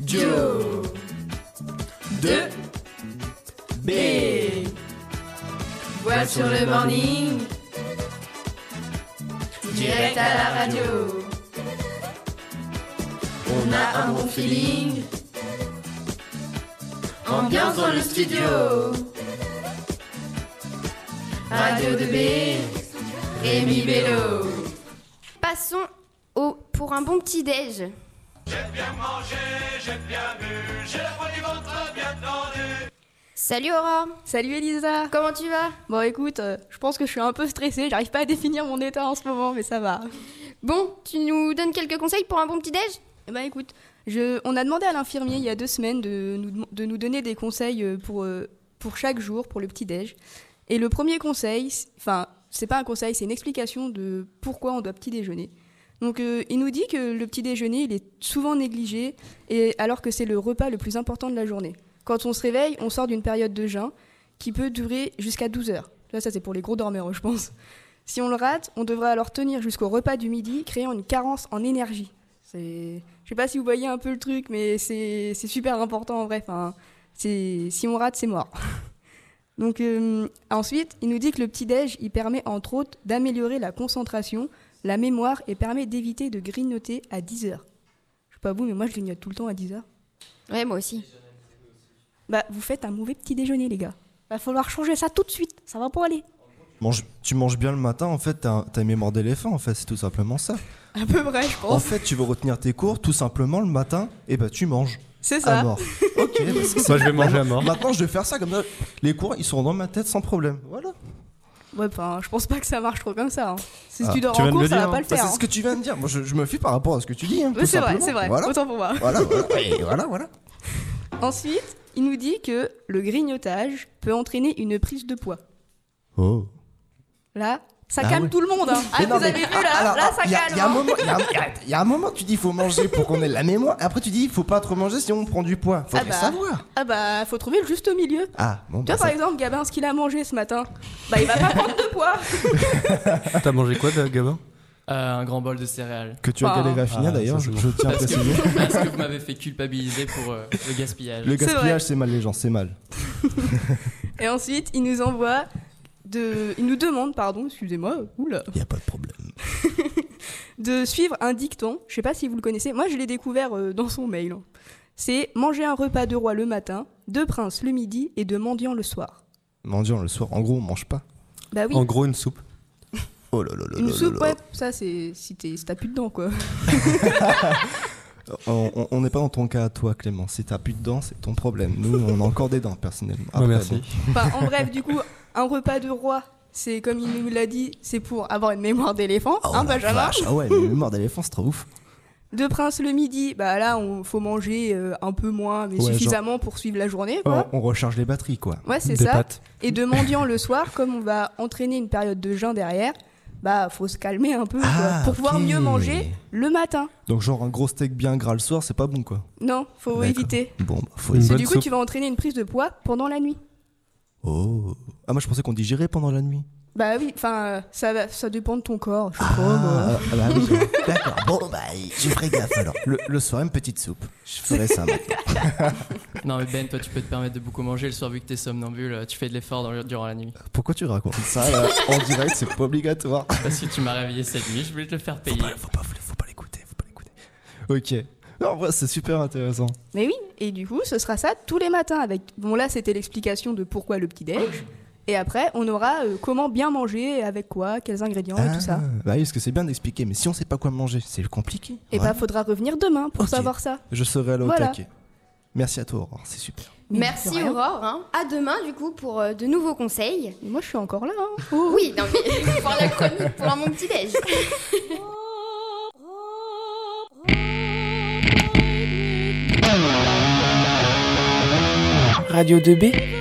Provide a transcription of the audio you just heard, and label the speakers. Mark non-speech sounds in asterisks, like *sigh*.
Speaker 1: Radio de B. Voile sur le morning, direct à la radio. On a un bon feeling, ambiance dans le studio. Radio de B, Rémi Bello.
Speaker 2: Passons au pour un bon petit déj. J'ai bien mangé, j'ai bien bu, j'ai la du ventre bien tendu. Salut Aurore,
Speaker 3: Salut Elisa
Speaker 2: comment tu vas
Speaker 3: Bon écoute, euh, je pense que je suis un peu stressée, j'arrive pas à définir mon état en ce moment, mais ça va.
Speaker 2: Bon, tu nous donnes quelques conseils pour un bon petit déj
Speaker 3: Eh ben écoute, je, on a demandé à l'infirmier il y a deux semaines de nous, dem- de nous donner des conseils euh, pour, euh, pour chaque jour, pour le petit-déj. Et le premier conseil, c'est- enfin c'est pas un conseil, c'est une explication de pourquoi on doit petit déjeuner. Donc euh, il nous dit que le petit déjeuner, il est souvent négligé, et, alors que c'est le repas le plus important de la journée. Quand on se réveille, on sort d'une période de jeûne qui peut durer jusqu'à 12 heures. Là, ça c'est pour les gros dormeurs, je pense. Si on le rate, on devrait alors tenir jusqu'au repas du midi, créant une carence en énergie. C'est, je sais pas si vous voyez un peu le truc, mais c'est, c'est super important en vrai. Enfin, c'est, si on rate, c'est mort. *laughs* Donc euh, ensuite, il nous dit que le petit déj, il permet entre autres d'améliorer la concentration, la mémoire et permet d'éviter de grignoter à 10 heures. Je sais pas vous, mais moi je grignote tout le temps à 10 heures.
Speaker 2: Ouais, moi aussi.
Speaker 3: Bah, vous faites un mauvais petit déjeuner, les gars. Va falloir changer ça tout de suite. Ça va pas aller.
Speaker 4: Mange- tu manges bien le matin, en fait, t'as t'as une mémoire d'éléphant, en fait, c'est tout simplement ça.
Speaker 3: À peu près, je
Speaker 4: En fait, tu veux retenir tes cours, tout simplement, le matin, et bah tu manges
Speaker 3: C'est
Speaker 4: à
Speaker 3: *laughs*
Speaker 4: mort. Ok, bah, c'est-
Speaker 5: Moi, je vais manger à mort.
Speaker 4: maintenant je vais faire ça, comme ça, les cours, ils seront dans ma tête sans problème. Voilà.
Speaker 3: Ouais, enfin, je pense pas que ça marche trop comme ça. hein. Si
Speaker 4: Ah,
Speaker 3: tu dors
Speaker 5: tu
Speaker 3: en
Speaker 5: viens de
Speaker 3: cours,
Speaker 5: le
Speaker 3: ça
Speaker 5: dire,
Speaker 3: va
Speaker 5: hein.
Speaker 3: pas le
Speaker 4: Bah,
Speaker 3: faire.
Speaker 4: c'est ce que tu viens de dire. Moi, je, je me fie par rapport à ce que tu dis. hein,
Speaker 3: hein.
Speaker 4: tout
Speaker 3: Ouais, c'est vrai,
Speaker 4: simplement.
Speaker 3: c'est vrai.
Speaker 4: Voilà.
Speaker 3: Autant pour moi.
Speaker 4: Voilà,
Speaker 3: *laughs*
Speaker 4: voilà, et voilà, voilà.
Speaker 3: Ensuite, il nous dit que le grignotage peut entraîner une prise de poids.
Speaker 4: Oh.
Speaker 3: Là, ça
Speaker 4: Ah
Speaker 3: calme
Speaker 4: ouais.
Speaker 3: tout le monde. hein. Ah,
Speaker 4: Mais non,
Speaker 3: vous
Speaker 4: mais-
Speaker 3: avez vu
Speaker 4: ah,
Speaker 3: là
Speaker 4: alors,
Speaker 3: Là, ça
Speaker 4: il y a-
Speaker 3: calme.
Speaker 4: Il y a un
Speaker 3: hein.
Speaker 4: moment, il y a- il y a- il y a un moment, tu dis faut manger pour qu'on ait de la mémoire. Après, tu dis faut pas trop manger sinon on prend du poids. Faudrait
Speaker 3: Ah bah.
Speaker 4: savoir.
Speaker 3: Ah bah, faut trouver le juste milieu.
Speaker 4: Ah bon.
Speaker 3: Tu vois,
Speaker 4: bah,
Speaker 3: par
Speaker 4: ça-
Speaker 3: exemple, Gabin, ce qu'il a mangé ce matin, bah, il va
Speaker 4: *laughs*
Speaker 3: pas prendre de poids.
Speaker 5: T'as mangé quoi, Gabin
Speaker 6: Euh, un grand bol de céréales. *laughs*
Speaker 4: Que tu as
Speaker 3: Ah.
Speaker 4: galéré à finir
Speaker 5: Ah,
Speaker 4: d'ailleurs,
Speaker 5: ça,
Speaker 4: je,
Speaker 5: c'est
Speaker 4: je tiens à
Speaker 6: Parce que,
Speaker 4: préciser.
Speaker 6: parce que vous m'avez fait culpabiliser pour euh, le gaspillage.
Speaker 4: Le
Speaker 3: C'est vrai.
Speaker 4: gaspillage, c'est mal, les gens, c'est mal.
Speaker 3: Et ensuite, il nous envoie de. Il nous demande, pardon, excusez-moi, oula.
Speaker 4: Il n'y a pas de problème.
Speaker 3: de suivre un dicton. Je sais pas si vous le connaissez. Moi, je l'ai découvert euh, dans son mail. C'est manger un repas de roi le matin, de prince le midi et de mendiant le soir.
Speaker 4: Mendiant le soir, en gros, on mange pas.
Speaker 3: Bah oui.
Speaker 5: En gros, une soupe.
Speaker 4: Oh là là là
Speaker 3: Une
Speaker 4: là
Speaker 3: soupe,
Speaker 4: là
Speaker 3: ouais,
Speaker 4: là.
Speaker 3: ça c'est si t'es- si t'as plus dedans quoi. *laughs*
Speaker 4: On on- on n'est pas dans ton cas à toi, Clément. Si t'as plus de dents, c'est ton problème. Nous, on a encore des dents, personnellement.
Speaker 5: Ouais, merci.
Speaker 4: bon.
Speaker 3: Enfin, en bref, du coup, un repas de roi, c'est comme il nous l'a dit, c'est pour avoir une mémoire d'éléphant,
Speaker 4: Oh,
Speaker 3: hein,
Speaker 4: la
Speaker 3: Benjamin.
Speaker 4: vache. Ah ouais, mais mémoire d'éléphant, c'est trop ouf.
Speaker 3: De prince le midi, bah là, on faut manger euh, un peu moins, mais
Speaker 4: Ouais, genre-
Speaker 3: suffisamment pour suivre la journée
Speaker 4: On,
Speaker 3: quoi.
Speaker 4: on recharge les batteries, quoi.
Speaker 3: Ouais, c'est
Speaker 5: Oh, Des
Speaker 3: ça.
Speaker 5: pâtes.
Speaker 3: Et
Speaker 5: *laughs*
Speaker 3: de mendiant le soir, comme on va entraîner une période de jeûne derrière, bah faut se calmer un peu quoi,
Speaker 4: Ah,
Speaker 3: pour pouvoir
Speaker 4: ok.
Speaker 3: mieux manger le matin.
Speaker 4: Donc, genre, un gros steak bien gras le soir, c'est pas bon, quoi.
Speaker 3: Non, faut
Speaker 4: D'accord.
Speaker 3: éviter.
Speaker 4: Bon, bah, faut essayer.
Speaker 3: Parce
Speaker 5: Une
Speaker 3: que
Speaker 5: bonne
Speaker 3: du coup,
Speaker 5: soupe.
Speaker 3: tu vas entraîner une prise de poids pendant la nuit.
Speaker 4: Oh. Ah, moi, je pensais qu'on digérait pendant la nuit.
Speaker 3: Bah oui, enfin, euh, ça, va- ça dépend de ton corps. Je sais pas, moi.
Speaker 4: Ah, ah, bah oui, j'avoue. d'accord. Bon, bah, je ferai gaffe alors. Le, le soir, une petite soupe. Je ferai ça maintenant.
Speaker 6: Non mais Ben, toi tu peux te permettre de beaucoup manger le soir vu que t'es somnambule, euh, tu fais de l'effort dans- durant la nuit.
Speaker 4: Pourquoi tu racontes ça là, en direct C'est pas obligatoire.
Speaker 6: Parce que tu m'as réveillé cette nuit, je voulais te le faire
Speaker 4: Ah, Faut
Speaker 6: payer.
Speaker 4: pas, faut pas, faut, pas l'écouter, faut pas l'écouter. Ok. Non, en vrai, c'est super intéressant.
Speaker 3: Mais oui, et du coup, ce sera ça tous les matins. Avec bon là, c'était l'explication de pourquoi le petit
Speaker 4: Oh.
Speaker 3: déj. Et après, on aura euh, comment bien manger, avec quoi, quels ingrédients et tout ça.
Speaker 4: Bah oui, parce que c'est bien d'expliquer, mais si on sait pas quoi manger, c'est compliqué.
Speaker 3: Et
Speaker 4: Ouais.
Speaker 3: bah, faudra revenir demain pour
Speaker 4: Ok.
Speaker 3: savoir ça.
Speaker 4: Je serai là au
Speaker 3: Voilà.
Speaker 4: taquet. Merci à toi, Aurore, c'est super.
Speaker 3: Mais de
Speaker 2: Merci
Speaker 3: rien.
Speaker 2: Aurore, hein. à demain du coup pour euh, de nouveaux conseils.
Speaker 3: Mais Moi, je suis encore là. hein.
Speaker 4: Oh.
Speaker 2: Oui, non mais *laughs* pour la chronique, pour un bon petit déj.
Speaker 7: Radio 2B,